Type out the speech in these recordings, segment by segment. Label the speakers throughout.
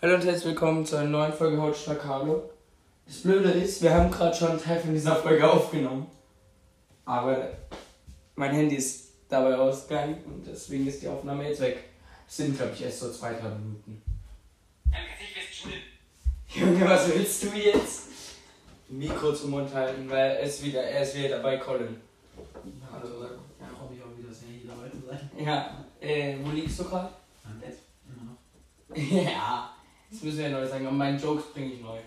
Speaker 1: Hallo und herzlich willkommen zu einer neuen Folge Hautschlag Carlo. Das Blöde ist, wir haben gerade schon einen Teil von dieser Folge aufgenommen. Aber mein Handy ist dabei ausgegangen und deswegen ist die Aufnahme jetzt weg. Es sind, glaube ich, erst so zwei, drei Minuten.
Speaker 2: Dein Gesicht wird schlimm.
Speaker 1: Junge, was willst du jetzt? Mikro zum Mund halten, weil er ist wieder, er ist wieder dabei, Colin.
Speaker 3: Also, ja, hoffe ich auch wieder, dass Handy dabei zu sein.
Speaker 1: Ja, äh, wo liegst du gerade?
Speaker 3: Am Bett. Immer noch.
Speaker 1: ja, das müssen wir neu sagen. Und meine Jokes bringe ich neu,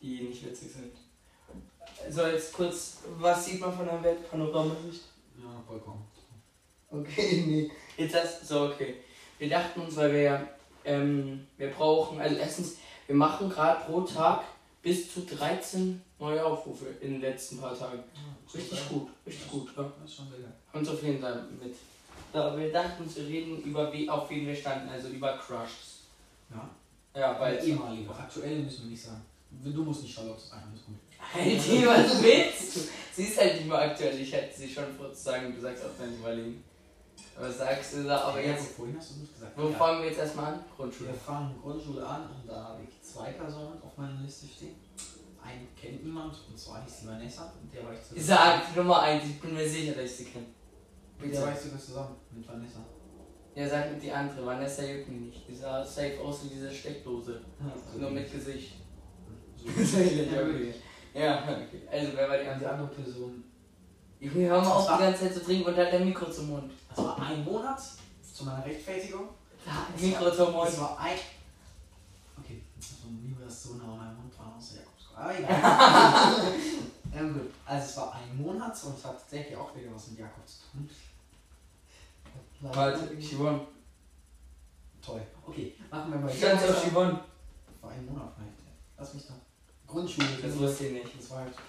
Speaker 1: die nicht witzig sind. So, jetzt kurz, was sieht man von der Welt? Panoramasicht?
Speaker 3: Ja, Balkon.
Speaker 1: Okay, nee. Jetzt das, so, okay. Wir dachten uns, weil wir, ja, ähm, wir brauchen, also erstens, wir machen gerade pro Tag bis zu 13 neue Aufrufe in den letzten paar Tagen. Richtig gut, richtig gut, ja.
Speaker 3: Das ist schon sehr geil.
Speaker 1: Und so vielen Dank mit. So, wir dachten uns, wir reden über, wie, auf wen wir standen, also über Crushes.
Speaker 3: Ja.
Speaker 1: Ja, weil.
Speaker 3: Weil ehemalige, auch aktuelle müssen wir nicht sagen. Du musst nicht Charlotte sagen, alles gut.
Speaker 1: Alter, was willst du? Sie ist halt nicht mehr aktuell. Ich hätte sie schon vorzusagen, du sagst auf deinen Überlegen. Aber sagst du da, aber
Speaker 3: Ja,
Speaker 1: jetzt.
Speaker 3: Vorhin hast du es gesagt.
Speaker 1: Wo
Speaker 3: Ja.
Speaker 1: fangen wir jetzt erstmal an?
Speaker 3: Wir
Speaker 1: Grundschule.
Speaker 3: fangen Grundschule an und da habe ich zwei Personen auf meiner Liste stehen. Einen kennt niemand und zwar hieß die Vanessa und der war ich zusammen.
Speaker 1: Sag Nummer 1, ich bin mir sicher, dass ich sie kenne.
Speaker 3: Mit der war ich sogar zusammen, mit Vanessa.
Speaker 1: Ja, sag mir die andere, Vanessa juckt mich nicht. Die sah safe aus wie diese Steckdose.
Speaker 3: Also
Speaker 1: Nur mit Gesicht.
Speaker 3: So.
Speaker 1: ja, okay. Ja, okay. Also, wer war die
Speaker 3: Und die
Speaker 1: andere?
Speaker 3: andere Person,
Speaker 1: Junge, hör mal
Speaker 3: Das
Speaker 1: auf, die
Speaker 3: war-
Speaker 1: ganze Zeit zu trinken und halt dein Mikro zum Mund.
Speaker 3: das war ein Monat zu meiner Rechtfertigung.
Speaker 1: Mikro zum Mund.
Speaker 3: Das war ein. Okay, also das war nie das so nah an meinem Mund dran aus der Jakobskurve. Aber egal. ähm, gut. Also, es war ein Monat und es hat tatsächlich auch wieder was mit Jakob zu tun.
Speaker 1: Warte, Siobhan.
Speaker 3: Toll. Okay, machen wir mal
Speaker 1: Ich kann's auf Siobhan.
Speaker 3: Vor einem Monat vielleicht. Lass mich da. Grundschule.
Speaker 1: Das wusste ich nicht.
Speaker 3: Das war halt.
Speaker 1: Also,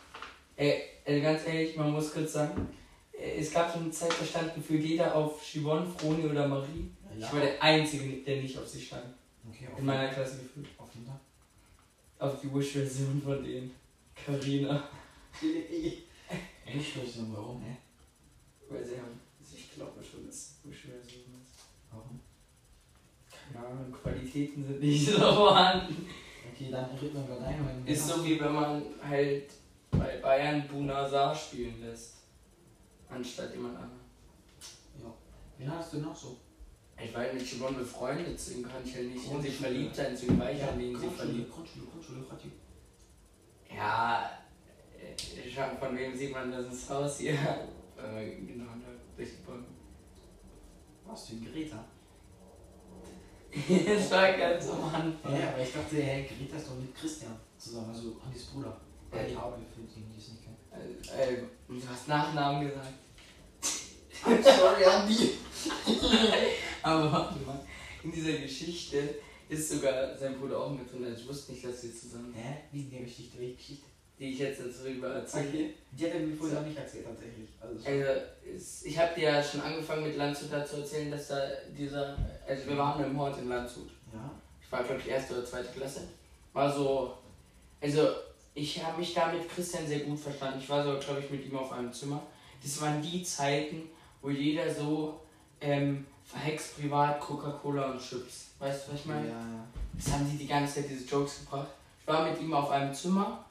Speaker 1: Ey, also ganz ehrlich, man muss kurz sagen, äh, es gab so eine Zeit, da standen für jeder auf Siobhan, Froni oder Marie. Ich war der Einzige, der nicht auf sie stand.
Speaker 3: Okay, auf
Speaker 1: In
Speaker 3: jeden-
Speaker 1: meiner Klasse gefühlt.
Speaker 3: auf jeden Fall.
Speaker 1: Auf die Wish-Version von denen. Carina.
Speaker 3: Ich spreche nur warum, ey.
Speaker 1: Weil sie haben, ich glaube schon, dass Wish-Version ist.
Speaker 3: Warum?
Speaker 1: Keine Ahnung, Qualitäten sind nicht so vorhanden.
Speaker 3: Okay, dann reden wir über deine Meinung.
Speaker 1: Ist so wie wenn man halt bei Bayern Bunazar spielen lässt. Anstatt jemand anderen.
Speaker 3: Wen hast du noch so?
Speaker 1: Ich war ja mit Siobhan befreundet, deswegen kann ich ja nicht in sie
Speaker 3: Grundschule.
Speaker 1: verliebt sein, deswegen war ich ja in sie verliebt.
Speaker 3: Grundschule, Grundschule, Grundschule, Radio.
Speaker 1: Ja, äh, schau, von wem sieht man das ins Haus hier? Äh, genau, da durch die Bäume.
Speaker 3: Was für ein Greta?
Speaker 1: das war ganz am Anfang.
Speaker 3: Ja, aber ich dachte, Herr Greta ist doch mit Christian zusammen, also Andis Bruder. Ja, die Haube für die, die es nicht kennen.
Speaker 1: Äh, äh, du hast Nachnamen gesagt.
Speaker 3: I'm sorry, Andi.
Speaker 1: Aber warte mal, in dieser Geschichte ist sogar sein Bruder auch mit drin. Also Ich wusste nicht, dass sie zusammen sind.
Speaker 3: Hä? Wie ist die Geschichte? Welche Geschichte?
Speaker 1: Die ich jetzt dazu rüber erzähle.
Speaker 3: Okay. Die hat er mir vorher auch nicht erzählt, tatsächlich. Also,
Speaker 1: Also, es- ich habe dir ja schon angefangen mit Landshut da zu erzählen, dass da dieser. Also, wir waren im Hort in Landshut.
Speaker 3: ja.
Speaker 1: ich war glaube ich erste oder zweite Klasse, war so, also ich habe mich da mit Christian sehr gut verstanden. Ich war so, glaube ich, mit ihm auf einem Zimmer. Das waren die Zeiten, wo jeder so ähm, verhext privat Coca-Cola und Chips. Weißt du, was ich meine?
Speaker 3: Ja, ja.
Speaker 1: Das haben die die ganze Zeit diese Jokes gebracht. Ich war mit ihm auf einem Zimmer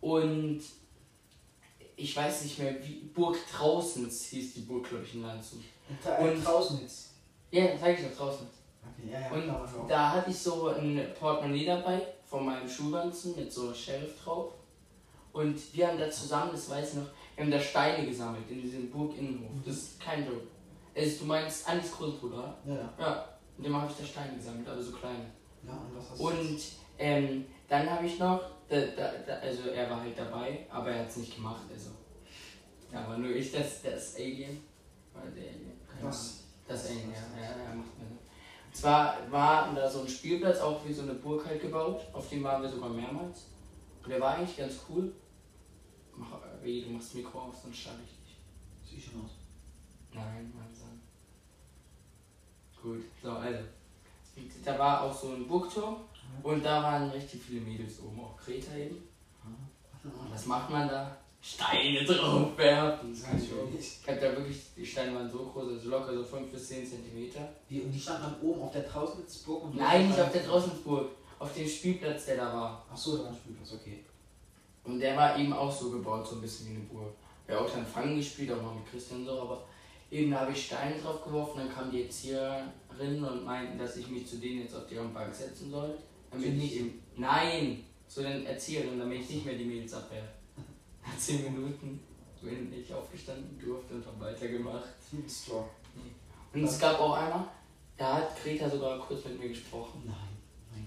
Speaker 1: und ich weiß nicht mehr, wie Burg Trausens hieß die Burg, glaube ich, in Landshut.
Speaker 3: Und, da- und
Speaker 1: Und-
Speaker 3: draußen jetzt.
Speaker 1: Ja, das zeige ich doch draußen.
Speaker 3: Okay, ja,
Speaker 1: Und
Speaker 3: genau. ja, da waren wir auch.
Speaker 1: da hatte ich so ein Portemonnaie dabei von meinem Schulranzen mit so Sheriff drauf. Und wir haben da zusammen, das weiß ich noch, wir haben da Steine gesammelt in diesem Burginnenhof. Das ist kein Joke. Also, du meinst Anis Großbruder? oder?
Speaker 3: Ja, ja.
Speaker 1: Ja, in dem habe ich da Steine gesammelt, aber so kleine.
Speaker 3: Ja, und was hast du?
Speaker 1: Und ähm, dann habe ich noch, da, da, da, also er war halt dabei, aber er hat es nicht gemacht. Also, da war nur ich, das, das Alien. War der Alien? Keine Ahnung.
Speaker 3: Was?
Speaker 1: Das Ende, ja, ja, ja, macht man. Und zwar war da so ein Spielplatz, auch wie so eine Burg halt gebaut, auf dem waren wir sogar mehrmals. Und der war eigentlich ganz cool. Mach, äh, weh, du machst das Mikro auf, sonst schade ich dich.
Speaker 3: Sieht schon aus.
Speaker 1: Nein, langsam. Gut, so, also. Und Da war auch so ein Burgturm und da waren richtig viele Mädels oben, auch Kreta eben.
Speaker 3: Hm?
Speaker 1: Und was macht man da? Steine drauf werfen.
Speaker 3: Das
Speaker 1: Kein
Speaker 3: kann ich auch
Speaker 1: Joke.
Speaker 3: nicht.
Speaker 1: Ich hab da wirklich, die Steine waren so groß, also locker so 5 bis 10 Zentimeter.
Speaker 3: Wie, und die stand dann oben auf der Draußensburg und
Speaker 1: Nein, nicht auf der Draußensburg. auf den Spielplatz, der da war.
Speaker 3: Achso, da war ein Spielplatz, okay.
Speaker 1: Und der war eben auch so gebaut, so ein bisschen wie eine Burg. Wir haben auch dann Fangen gespielt, auch mal mit Christian so, aber eben da habe ich Steine drauf geworfen, dann kamen die Erzieherinnen und meinten, dass ich mich zu denen jetzt auf deren Bank setzen soll. Damit ich nicht im. Nein! Zu den Erzieherinnen, damit ich nicht mehr die Mädels abwehr. Nach 10 Minuten bin ich aufgestanden, durfte und habe weitergemacht.
Speaker 3: Strong.
Speaker 1: Und es gab auch einmal, da hat Greta sogar kurz mit mir gesprochen.
Speaker 3: Nein.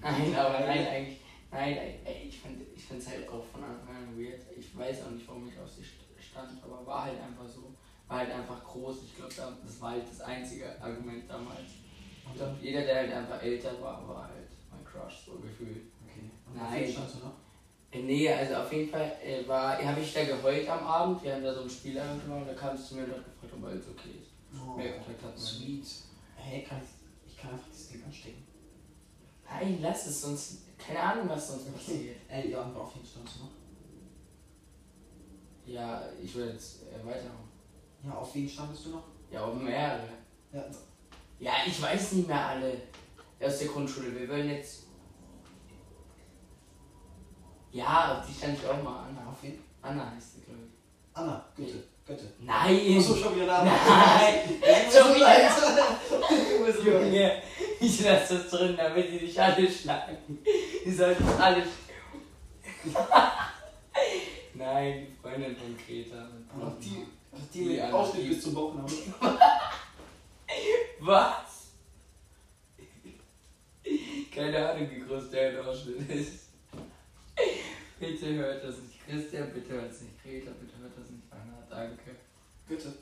Speaker 3: Nein.
Speaker 1: Nein, aber nein, eigentlich. Nein, ey, ey, ich fand ich fand's halt auch von Anfang an weird. Ich weiß auch nicht, warum ich auf sie st- stand, aber war halt einfach so. War halt einfach groß. Ich glaube, das war halt das einzige Argument damals. Ich
Speaker 3: Und dann,
Speaker 1: glaube, jeder, der halt einfach älter war, war halt mein Crush, so gefühlt.
Speaker 3: okay. Und
Speaker 1: Nein.
Speaker 3: dann standst du noch?
Speaker 1: Äh, Nee, also auf jeden Fall äh, war, habe ich da geheult am Abend. Wir haben da so ein Spiel angefangen und da kam es zu mir und hat gefragt, ob alles okay ist. Mehr Kontakt hat man
Speaker 3: Sweet. Hey, kann ich, ich kann einfach das Ding anstecken.
Speaker 1: Nein, lass es, sonst. Keine Ahnung, was sonst passiert.
Speaker 3: Ey, die anderen war Äh, auf jeden Fall standst du noch?
Speaker 1: Ja, ich will jetzt äh, weitermachen.
Speaker 3: Ja, auf wen standest du noch?
Speaker 1: Ja, um mehrere.
Speaker 3: Ja,
Speaker 1: Ja, ich weiß nicht mehr alle aus der Grundschule. Wir wollen jetzt. Ja, auf die stand ich auch mal an.
Speaker 3: auf wen?
Speaker 1: Anna heißt sie, glaube ich.
Speaker 3: Anna, Goethe, Goethe.
Speaker 1: Nein!
Speaker 3: Achso, schon wieder da.
Speaker 1: Nein!
Speaker 3: Schon
Speaker 1: Schon
Speaker 3: wieder.
Speaker 1: Junge, ich lasse das drin, damit die sich alle schlagen. Die sollten alle. sch- Nein, die Freundin von Greta.
Speaker 3: Ach, die, ach,
Speaker 1: Die
Speaker 3: die, die
Speaker 1: Anna,
Speaker 3: Ausschnitt
Speaker 1: die-
Speaker 3: bis zum Bauchnabel.
Speaker 1: Was? Keine Ahnung, wie groß der Ausschnitt ist. Bitte hört das nicht Christian, bitte hört das nicht Greta, bitte hört das nicht Anna, danke.
Speaker 3: Goethe.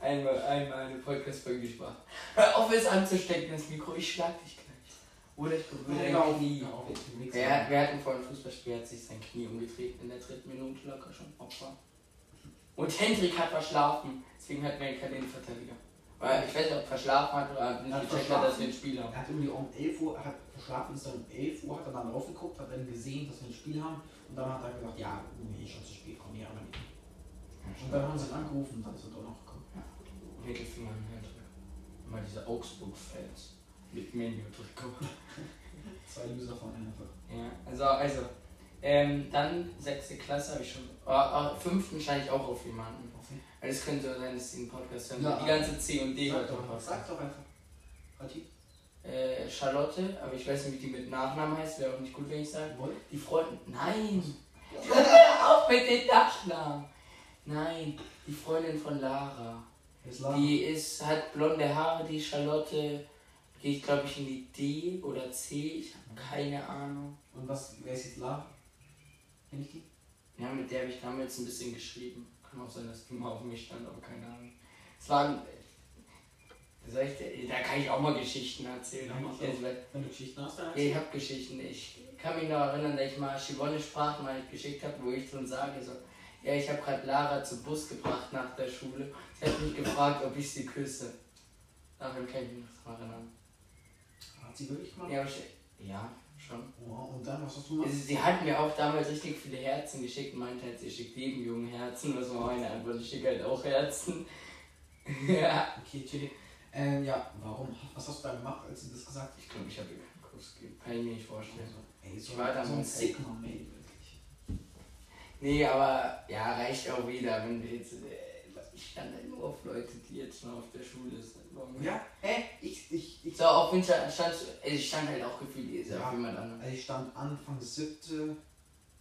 Speaker 1: Einmal, einmal eine Podcast-Folge gemacht. Hör auf, es anzustecken, das Mikro, ich schlag dich gleich. Oder ich berühre
Speaker 3: Hör
Speaker 1: dein
Speaker 3: auf,
Speaker 1: Knie.
Speaker 3: hör genau. auf, ich bin nix.
Speaker 1: Wer, wer hat denn vor einem Fußballspiel hat sich sein Knie umgetreten in der dritten Minute locker schon Opfer? Und Hendrik hat verschlafen, deswegen hat man keinen Innenverteidiger. Weil ich weiß nicht, ob verschlafen hat oder nicht
Speaker 3: Hat
Speaker 1: gecheckt hat, dass wir
Speaker 3: verschlafen.
Speaker 1: ein Spiel haben.
Speaker 3: Er hat irgendwie um 11 Uhr, er hat geschlafen, ist dann um 11 Uhr, hat er dann raufgeguckt, hat dann gesehen, dass wir ein Spiel haben und dann hat er gesagt, ja, oh, nee, schon zu spät, komm her, aber nicht. Und dann haben sie ihn angerufen und dann ist er doch noch gekommen.
Speaker 1: Mittelfinger an Hendrik. Immer diese Augsburg-Fans mit Menü-Trikot.
Speaker 3: Zwei Loser von einfach.
Speaker 1: Ja, also, also. Ähm, dann sechste Klasse habe ich schon. Oh, oh, fünften scheine ich auch auf jemanden. Also es könnte so sein, dass die einen Podcast hören.
Speaker 3: Ja.
Speaker 1: die ganze C und D
Speaker 3: Sag
Speaker 1: hört den
Speaker 3: doch einfach.
Speaker 1: Podcast.
Speaker 3: Sag doch einfach. Rati?
Speaker 1: Äh, Charlotte, aber ich weiß nicht, wie die mit Nachnamen heißt, wäre auch nicht gut, wenn ich sage.
Speaker 3: Wollt?
Speaker 1: Die Freundin. Nein! Hör auf mit den Nachnamen! Nein, die Freundin von Lara.
Speaker 3: Ist Lara.
Speaker 1: Die ist, hat blonde Haare, die Charlotte geht, glaube ich, in die D oder C, ich habe keine Ahnung.
Speaker 3: Und was, wer ist jetzt Lara? Kenn ich die?
Speaker 1: Ja, mit der habe ich damals ein bisschen geschrieben. Kann auch sein, dass die mal auf mich stand, aber keine Ahnung. Es waren. äh, Soll ich, dir- da kann ich auch mal Geschichten erzählen.
Speaker 3: Ja,
Speaker 1: aber
Speaker 3: mach
Speaker 1: ich-
Speaker 3: doch.
Speaker 1: also,
Speaker 3: Wenn du Geschichten hast, dann
Speaker 1: Ja, ich hab Geschichten. Ich kann mich noch erinnern, dass ich mal Schibonne Sprachnachricht geschickt habe, wo ich drin sage, so, ja, ich habe gerade Lara zum Bus gebracht nach der Schule. Sie hat mich gefragt, ob ich sie küsse. Daran kann ich mich noch dran erinnern.
Speaker 3: hat sie wirklich gemacht.
Speaker 1: Ja, aber ich, ja schon.
Speaker 3: Wow, und dann, was hast du gemacht?
Speaker 1: Also, sie hat mir auch damals richtig viele Herzen geschickt, meinte halt, sie schickt jedem jungen Herzen, was war meine Antwort, ich schicke halt auch Herzen. ja.
Speaker 3: Okay, chill. Ähm, ja, warum? Was hast du da gemacht, als sie das gesagt hat?
Speaker 1: Ich glaube, ich habe ihr keinen Kuss gegeben. Kann ich mir nicht vorstellen.
Speaker 3: Also, ey, so,
Speaker 1: Ich war halt- da
Speaker 3: so ein
Speaker 1: mal-
Speaker 3: Sigma-Mail, wirklich.
Speaker 1: Nee, aber ja, reicht auch wieder, wenn wir jetzt. Äh, ich stand halt nur auf Leute, die jetzt schon auf der Schule sind. Warum-
Speaker 3: Ja, hä? Ich, ich, ich,
Speaker 1: So, auf mich stand, stand, ich stand halt auch gefühlt eh
Speaker 3: Ja.
Speaker 1: auf jemand anderem.
Speaker 3: also ich stand Anfang siebte,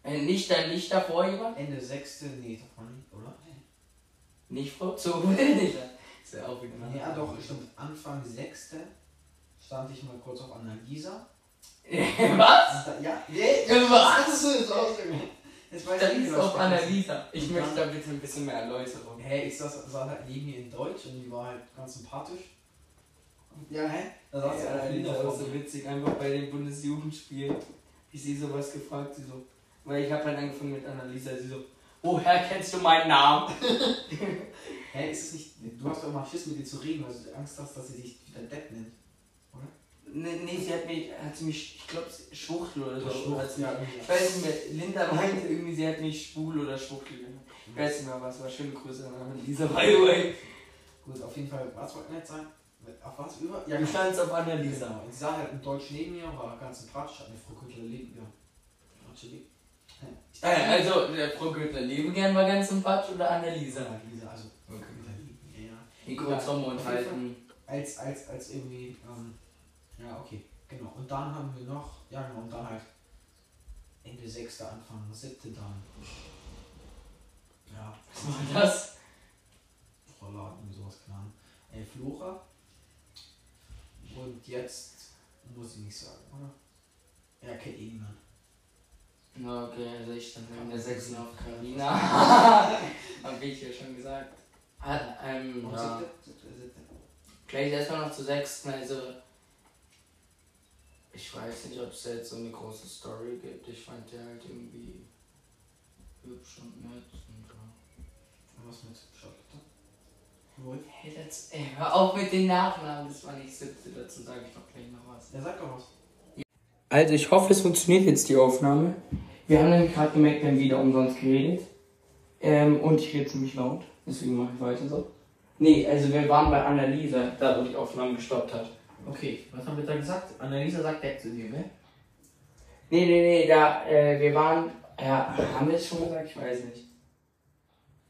Speaker 1: Äh, nicht, da, nicht davor jemand?
Speaker 3: Ende sechste, nee, doch mal nicht, oder?
Speaker 1: Nicht vor? So, nicht. Ist ja auch wieder.
Speaker 3: Ja, doch, stimmt. Anfang sechste stand ich mal kurz auf Annalisa.
Speaker 1: Was?
Speaker 3: Und da- Ja, nee,
Speaker 1: Was?
Speaker 3: das ist so ausgegangen. Jetzt weiß
Speaker 1: Da
Speaker 3: ich nicht,
Speaker 1: ist
Speaker 3: was
Speaker 1: auf
Speaker 3: Spaß ist.
Speaker 1: Annalisa. Ich
Speaker 3: Und
Speaker 1: möchte
Speaker 3: dann-
Speaker 1: da bitte ein bisschen mehr Erläuterung.
Speaker 3: Hä, ich saß, saß halt neben mir in Deutsch und die war halt ganz sympathisch. Ja, hä? Da saß sie auch
Speaker 1: Annalisa
Speaker 3: wieder
Speaker 1: war
Speaker 3: vor
Speaker 1: so
Speaker 3: mir.
Speaker 1: witzig, einfach bei dem Bundesjugendspiel. Ich sie sowas gefragt, sie so. Weil ich habe halt angefangen mit Annalisa, sie so. Woher kennst du meinen Namen?
Speaker 3: Hä, ist es nicht, du hast doch mal Schiss mit ihr zu reden, weil du Angst hast, dass sie dich wieder Depp nennt.
Speaker 1: Nee, nee, sie hat mich, hat sie mich, ich glaube, Schwuchtel oder so.
Speaker 3: Oder Schwuchtel,
Speaker 1: hat sie
Speaker 3: ja.
Speaker 1: mich, ich weiß nicht mehr, Linda meinte irgendwie, sie hat mich schwul oder Schwuchtel genannt. Ich weiß nicht mehr was, war schöne Grüße an Lisa, by the way.
Speaker 3: Gut, auf jeden Fall, was wollte nett sein? Weil auf was? Über?
Speaker 4: Du
Speaker 3: genau.
Speaker 4: standst auf
Speaker 3: Genau.
Speaker 4: Annalisa.
Speaker 3: Und sie saß halt in Deutsch neben mir, war ganz sympathisch, hat mir Frau Küttler leben ja. Deutsche Leben.
Speaker 1: Äh,
Speaker 3: Ah,
Speaker 1: also, der Frau Göttler Lebengern war ganz sympathisch oder Annalisa?
Speaker 3: Ja, Lisa, also Frau Küttler lieben. Ja, ja.
Speaker 1: Die kurz
Speaker 3: Ja,
Speaker 1: ja,
Speaker 3: auf jeden
Speaker 1: halten.
Speaker 3: Als, als, als irgendwie, ähm, ja, okay, genau. Und dann haben wir noch, ja genau, und dann halt Ende sechste, Anfang siebte dann. Ja,
Speaker 1: Was war das?
Speaker 3: Roller, irgendwie sowas, keine Ahnung. Äh, Flora. Und jetzt muss ich nicht sagen, oder? Ja, kennt eh niemand.
Speaker 1: Na, okay, also ich stand in der sechsten auf Karina. Hab ich ja schon gesagt. Hat, ähm,
Speaker 3: Und
Speaker 1: ja.
Speaker 3: siebte, siebte, siebte.
Speaker 1: Vielleicht erstmal noch zur sechsten, also. Ich weiß nicht, ob es da jetzt so eine große Story gibt. Ich fand der halt irgendwie hübsch und nett und ja.
Speaker 3: Und was mit Charlotte? Wolf?
Speaker 1: Hey, das, ey, hör auf mit den Nachnamen, das war nicht siebte, dazu sage ich noch gleich noch was.
Speaker 3: Ja, sag doch was.
Speaker 1: Also ich hoffe, es funktioniert jetzt die Aufnahme. Wir haben nämlich gerade gemerkt, wir haben wieder umsonst geredet. Ähm, und ich rede ziemlich laut, deswegen mache ich weiter so. Nee, also wir waren bei Annalisa, da wo die Aufnahme gestoppt hat.
Speaker 4: Okay, was haben wir da gesagt? Annalisa sagt weg zu dir, ne?
Speaker 1: Nee, nee, nee, da, äh, wir waren, ja, haben wir es schon gesagt? Ich weiß nicht.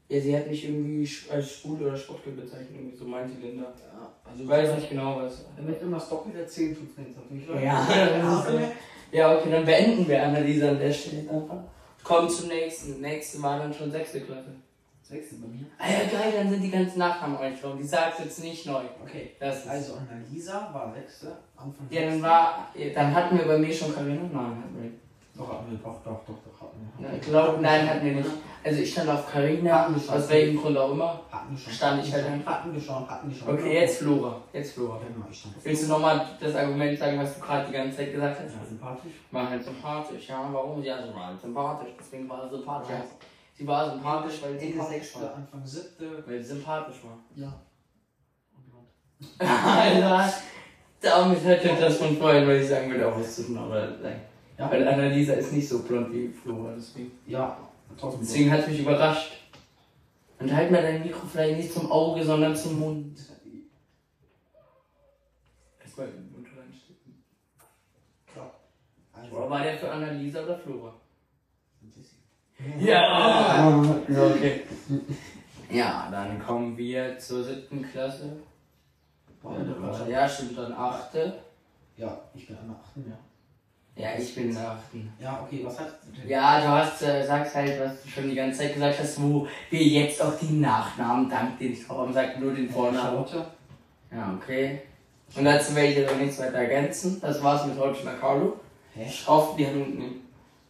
Speaker 1: Ja, sie hat mich irgendwie sch- als schwul oder Sportler bezeichnet, irgendwie so meinte Linda.
Speaker 4: Ja,
Speaker 1: Ich
Speaker 4: also
Speaker 1: weiß nicht genau, was.
Speaker 3: Wenn wir immer doppelt erzählen, tut's mir jetzt natürlich leid.
Speaker 1: Ja, das ist, äh, ja, okay, dann beenden wir Annalisa an der Stelle jetzt einfach. Kommen zum nächsten. Nächste war dann schon sechste Klasse.
Speaker 3: Sechste bei mir.
Speaker 1: Ah ja, geil, dann sind die ganzen Nachnamen reingekommen. Die sagt jetzt nicht neu.
Speaker 3: Okay,
Speaker 1: Das ist
Speaker 3: also Annalisa war sechste, Anfang
Speaker 1: Ja, dann
Speaker 3: sechste.
Speaker 1: war. ja, Dann hatten wir bei mir schon Karina. Nein, hatten wir nicht.
Speaker 3: Doch, hatten wir, doch, doch, doch, doch, hatten wir.
Speaker 1: Na, ich glaub, nein, hatten wir nicht. Also ich stand auf Karina,
Speaker 3: Hatten wir schon.
Speaker 1: aus welchem Grund auch immer.
Speaker 3: Hatten wir schon.
Speaker 1: Stand ich halt
Speaker 3: hatten,
Speaker 1: ein.
Speaker 3: hatten wir schon, hatten wir schon.
Speaker 1: Okay, jetzt Flora. Jetzt Flora.
Speaker 3: Warte mal, ich stand.
Speaker 1: Willst du nochmal das Argument sagen, was du gerade die ganze Zeit gesagt hast?
Speaker 3: Ja, sympathisch.
Speaker 1: War halt sympathisch, ja, warum? Ja, sie war halt sympathisch, deswegen war sie sympathisch. Ja. Sie war sympathisch, weil sie
Speaker 3: Ende
Speaker 1: sympathisch
Speaker 3: sechste,
Speaker 1: war.
Speaker 3: Anfang siebte.
Speaker 1: Weil sie sympathisch war.
Speaker 3: Ja.
Speaker 1: Alter, damit hätte ich das von vorhin, weil ich sagen würde, auch was zu tun, aber nein.
Speaker 3: Ja.
Speaker 1: Weil Annalisa ist nicht so blond wie Flora, deswegen.
Speaker 3: Ja, trotzdem.
Speaker 1: Deswegen hat es mich überrascht. Und halt mal dein Mikro vielleicht nicht zum Auge, sondern zum Mund. Erstmal in den Mund reinstecken.
Speaker 3: Also,
Speaker 1: War der für Annalisa oder Flora?
Speaker 3: ein bisschen.
Speaker 1: Ja! Ja, okay. Ja, dann kommen wir zur siebten Klasse. Ja, stimmt, dann achte.
Speaker 3: Ja, ich bin an der achten, ja.
Speaker 1: Ja, ich bin in der achten.
Speaker 3: Ja, okay, was hattest du denn?
Speaker 1: Ja, du hast, äh, sagst halt, was du schon die ganze Zeit gesagt hast, wo wir jetzt auch die Nachnamen dank den Schrauben sagen, nur den Vornamen.
Speaker 3: Charlotte.
Speaker 1: Ja, okay. Und dazu werde ich jetzt auch nichts weiter ergänzen. Das war's mit heute nach Carlo.
Speaker 3: Hä?
Speaker 1: Ich hoffe, die haben unten.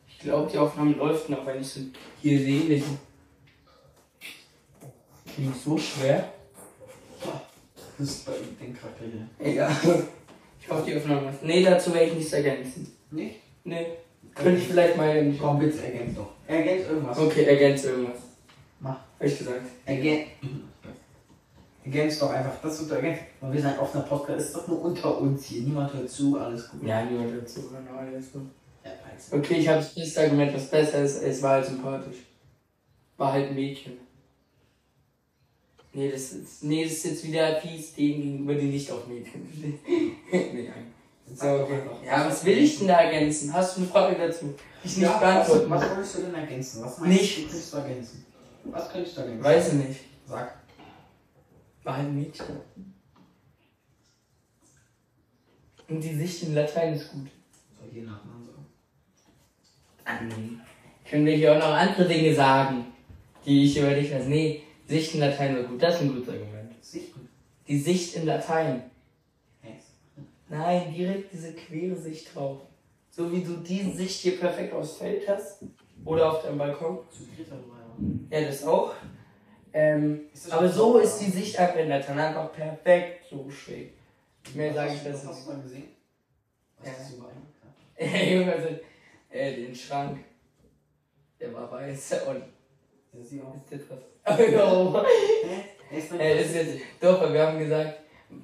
Speaker 1: Ich glaube, die Aufnahme läuft noch, wenn ich sie hier sehe. Die sind nicht so schwer.
Speaker 3: Das ist bei den Charakter hier.
Speaker 1: Egal. Ich hoffe, die Aufnahme läuft. Nee, dazu werde ich nichts ergänzen.
Speaker 3: Nicht?
Speaker 1: Nee. Könnte ich vielleicht mal im
Speaker 3: Komm, bitte ergänz doch. Ergänz irgendwas.
Speaker 1: Okay, ergänze irgendwas.
Speaker 3: Mach.
Speaker 1: Hab ich gesagt.
Speaker 3: Ergän Ergänzt doch einfach, das wird ergänzt. Weil wir sind ein offener Podcast, ist doch nur unter uns hier. Niemand hört zu, alles gut.
Speaker 1: Ja, niemand hört zu, genau, alles gut.
Speaker 3: Ja, weiß.
Speaker 1: Okay, ich habe das Argument, was besser ist. Es war halt sympathisch. War halt ein Mädchen. Nee, das ist, nee, das ist jetzt wieder fies denen gegenüber, die nicht auf Mädchen stehen. nee, nein.
Speaker 3: Jetzt
Speaker 1: So,
Speaker 3: sag doch
Speaker 1: okay.
Speaker 3: einfach.
Speaker 1: Ja, was will ich denn da ergänzen? Hast du eine Frage dazu? die Ich nicht
Speaker 3: Ja,
Speaker 1: beantworten.
Speaker 3: was, was solltest du denn ergänzen? Was meinst
Speaker 1: Nicht.
Speaker 3: du, könntest du ergänzen? Was könntest du ergänzen?
Speaker 1: Weiß ich nicht.
Speaker 3: Sag.
Speaker 1: War halt ein Mädchen. Und die Sicht in Latein ist gut.
Speaker 3: Soll ich hier Nachnamen sagen?
Speaker 1: Können wir hier auch noch andere Dinge sagen, die ich über dich weiß? Nee, Sicht in Latein war gut. Das ist ein gutes Argument.
Speaker 3: Sicht.
Speaker 1: Die Sicht in Latein.
Speaker 3: Hä?
Speaker 1: Nein, direkt diese quere Sicht drauf. So wie du die Sicht hier perfekt aufs Feld hast. Oder auf deinem Balkon.
Speaker 3: Zu dritt darüber, ja.
Speaker 1: Ja, das auch. Ähm,
Speaker 3: Ist das
Speaker 1: aber
Speaker 3: schon
Speaker 1: so
Speaker 3: sauber?
Speaker 1: ist die Sicht einfach in der Tanat auch perfekt so schräg. Mehr
Speaker 3: Was
Speaker 1: sage
Speaker 3: hast-
Speaker 1: ich das
Speaker 3: Was hast
Speaker 1: nicht.
Speaker 3: du mal gesehen? Was
Speaker 1: Ja.
Speaker 3: hast du überall?
Speaker 1: Ey, Junge, also, äh, den Schrank. Der war weiß und
Speaker 3: Ja, sie auch.
Speaker 1: ist jetzt was. Oh,
Speaker 3: Hä? Er ist
Speaker 1: äh, ist jetzt, doch, aber wir haben gesagt,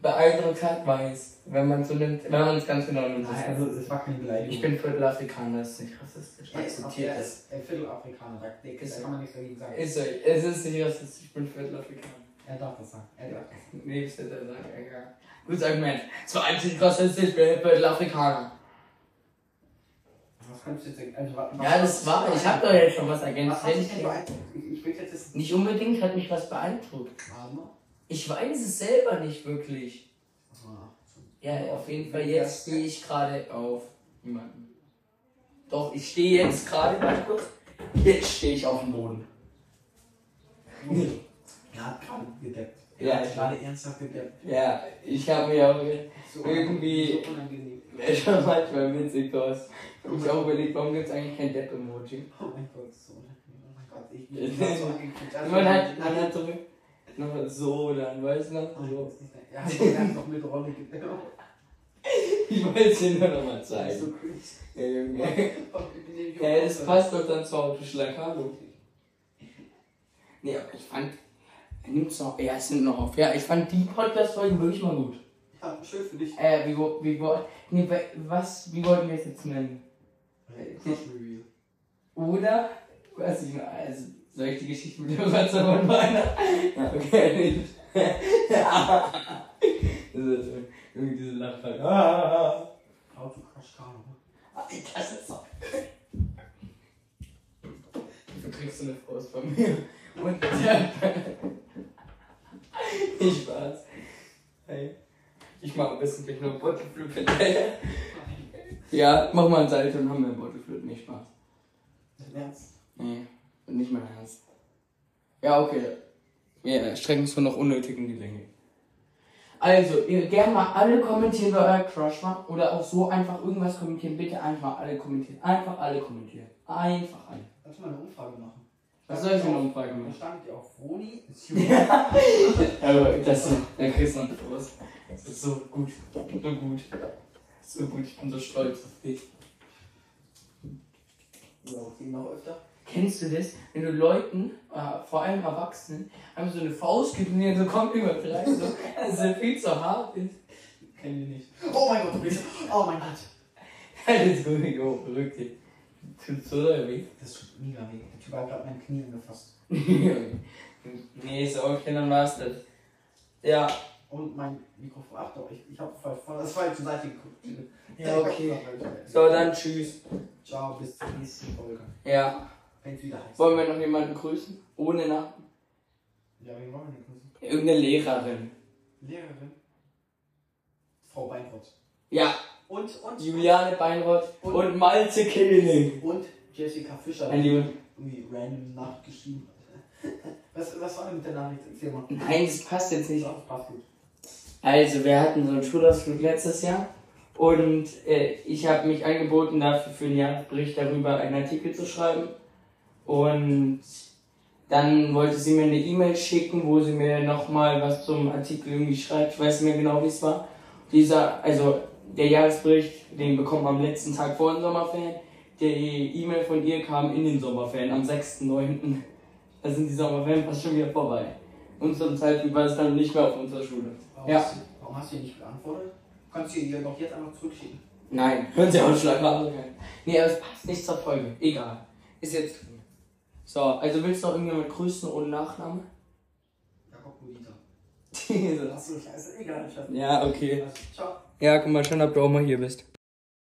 Speaker 1: beeindruckt hat weiß. Wenn man so nimmt, wenn man es ganz genau nimmt.
Speaker 3: Nein, also, das war keine Beleidigung.
Speaker 1: Ich bin Viertelafrikaner, das ist nicht rassistisch.
Speaker 3: Er ist
Speaker 1: Akzeptiert
Speaker 3: Afrikaner,
Speaker 1: es.
Speaker 3: ist Viertelafrikaner, da da
Speaker 1: Ist-
Speaker 3: kann man nichts dagegen sagen.
Speaker 1: Ist so, es ist nicht rassistisch, ich bin Viertelafrikaner.
Speaker 3: Er darf das sagen. Er darf das sagen.
Speaker 1: Nee, das hätte er sagen, egal. Gutes Argument. So antirassistisch behält Afrikaner.
Speaker 3: Was kannst du jetzt sagen? Also, wa- was-
Speaker 1: Ja, das war, ich hab doch jetzt schon was ergänzt.
Speaker 3: Was hat dich denn beeindruckt? Ich- Ich will jetzt das.
Speaker 1: Nicht unbedingt hat mich was beeindruckt.
Speaker 3: Aber.
Speaker 1: Ich weiß es selber nicht wirklich.
Speaker 3: Ah, so.
Speaker 1: Ja, auf jeden Fall, jetzt stehe ich gerade auf niemanden. Doch, ich stehe jetzt gerade, warte kurz. Jetzt stehe ich auf dem Boden.
Speaker 3: Er hat gerade gedeckt.
Speaker 1: Ja,
Speaker 3: Er hat
Speaker 1: ich-
Speaker 3: gerade ernsthaft gedeckt.
Speaker 1: Ja, ich habe mir auch
Speaker 3: So
Speaker 1: Irgendwie-
Speaker 3: So unangenehm.
Speaker 1: schon manchmal witzig aus. Ich habe auch überlegt, warum gibt es eigentlich kein Depp-Emoji?
Speaker 3: Oh mein Gott, so unangenehm. Oh mein Gott, ich
Speaker 1: Ja.
Speaker 3: bin gerade so angekriegt. Also,
Speaker 1: Man hat, man
Speaker 3: nein,
Speaker 1: hat so, noch so dann, weißt du noch?
Speaker 3: nein,
Speaker 1: So.
Speaker 3: das nicht. Oh, Er hat er hat noch mit Rolle gedeckt.
Speaker 1: Ich wollte es dir nur nochmal
Speaker 3: Das ist
Speaker 1: zeigen.
Speaker 3: so cringe.
Speaker 1: Ja, Junge. Also,
Speaker 3: Oh,
Speaker 1: Ja, also.
Speaker 3: Ja,
Speaker 1: das passt doch dann zur Autoschlaghabung. Nee, aber ich fand. Nimmt's noch. Ja, es nimmt noch auf. Ja, ich fand die Podcast-Folgen wirklich mal gut.
Speaker 3: Ja, Ah, schön für dich.
Speaker 1: Äh, wie, wo- wie, wo- nee, wa- was, wie wollten wir es jetzt nennen?
Speaker 3: Crush Review.
Speaker 1: Oder, weiß ich noch, also, soll ich die Geschichte mit dem Ratzer und meiner? Ja, okay, nicht. das ist so, irgendwie diese Lachfall. Ah.
Speaker 3: Auto Crush Kano.
Speaker 1: Das ist so. Du kriegst eine Faust von mir. Und Ich war's. Hey. Ich mach am besten gleich noch Bottleflip hinterher. Ja, mach mal ein Salto und haben wir Bottleflip. Nicht Spaß.
Speaker 3: Ernst?
Speaker 1: Nee, nicht mein Ernst. Ja, okay. Wir strecken es nur noch unnötig in die Länge. Also, ihr gerne mal alle kommentieren, wer euer Crush war. Oder auch so einfach irgendwas kommentieren. Bitte einfach mal alle kommentieren. Einfach alle kommentieren. Einfach alle.
Speaker 3: Lass mal eine Umfrage machen.
Speaker 1: Was soll ich denn Umfrage
Speaker 3: Da
Speaker 1: machen?
Speaker 3: stand ja auch Roni. Oh ist
Speaker 1: Aber Also, das, dann kriegst du einen Prost. Das ist so gut. So gut. So gut, ich bin so stolz auf dich.
Speaker 3: So, gehen noch öfter.
Speaker 1: Kennst du das? Wenn du Leuten, äh, vor allem Erwachsenen, einfach so eine Faust gibst und die dann so kommt über gleich so, dass er viel zu hart ist.
Speaker 3: Kennen wir nicht. Oh mein Gott, du bist. Oh mein Gott.
Speaker 1: Das ist so jo, verrückt. ey. Tut so doll weh.
Speaker 3: Das tut mega weh. Der Typ hat gerade mein Knie angefasst.
Speaker 1: nee, ist auch okay, dann war's das. Ja.
Speaker 3: Und mein Mikrofon. Ach doch, ich, ich habe voll, voll das war jetzt zur Seite geguckt.
Speaker 1: Ja, okay.
Speaker 3: So.
Speaker 1: So, dann tschüss.
Speaker 3: Ciao, bis zur nächsten Folge.
Speaker 1: Ja.
Speaker 3: Wenn's wieder heißt.
Speaker 1: Wollen wir noch jemanden grüßen? Ohne Namen?
Speaker 3: Ja, wen wollen wir denn grüßen?
Speaker 1: Irgendeine Lehrerin.
Speaker 3: Lehrerin. Frau Beinrott.
Speaker 1: Ja,
Speaker 3: Und, und,
Speaker 1: Juliane Beinroth und, Malze Killing.
Speaker 3: und Jessica Fischer.
Speaker 1: Mein Lieber.
Speaker 3: irgendwie random nachgeschrieben. Was, was war denn mit der Nachricht? Erzähl mal.
Speaker 1: Nein, das passt jetzt nicht.
Speaker 3: Doch, passt gut.
Speaker 1: Also, wir hatten so einen Schulausflug letztes Jahr und äh, ich habe mich angeboten, dafür für einen Jahresbericht darüber einen Artikel zu schreiben. Und dann wollte sie mir eine E-Mail schicken, wo sie mir nochmal was zum Artikel irgendwie schreibt. Ich weiß nicht mehr genau, wie es war. Dieser, also der Jahresbericht, den bekommen wir am letzten Tag vor den Sommerferien. Die E-Mail von ihr kam in den Sommerferien am 6.9. Da sind die Sommerferien fast schon wieder vorbei. Und zum Zeitpunkt war es dann nicht mehr auf unserer Schule.
Speaker 3: Warum,
Speaker 1: Ja.
Speaker 3: hast du, warum hast du ihr nicht beantwortet? Kannst du ihr doch jetzt einfach zurückschicken.
Speaker 1: Nein, hören Sie auf, Schlaghabe. Nee, aber es passt nicht zur Folge. Egal. Ist jetzt drin. So, also willst du noch irgendjemand grüßen ohne Nachname?
Speaker 3: Jakob Budita.
Speaker 1: Jesus.
Speaker 3: Achso, scheiße, also egal, ich
Speaker 1: ja, okay.
Speaker 3: Ciao.
Speaker 1: Ja, guck mal, schön, ob du auch mal hier bist.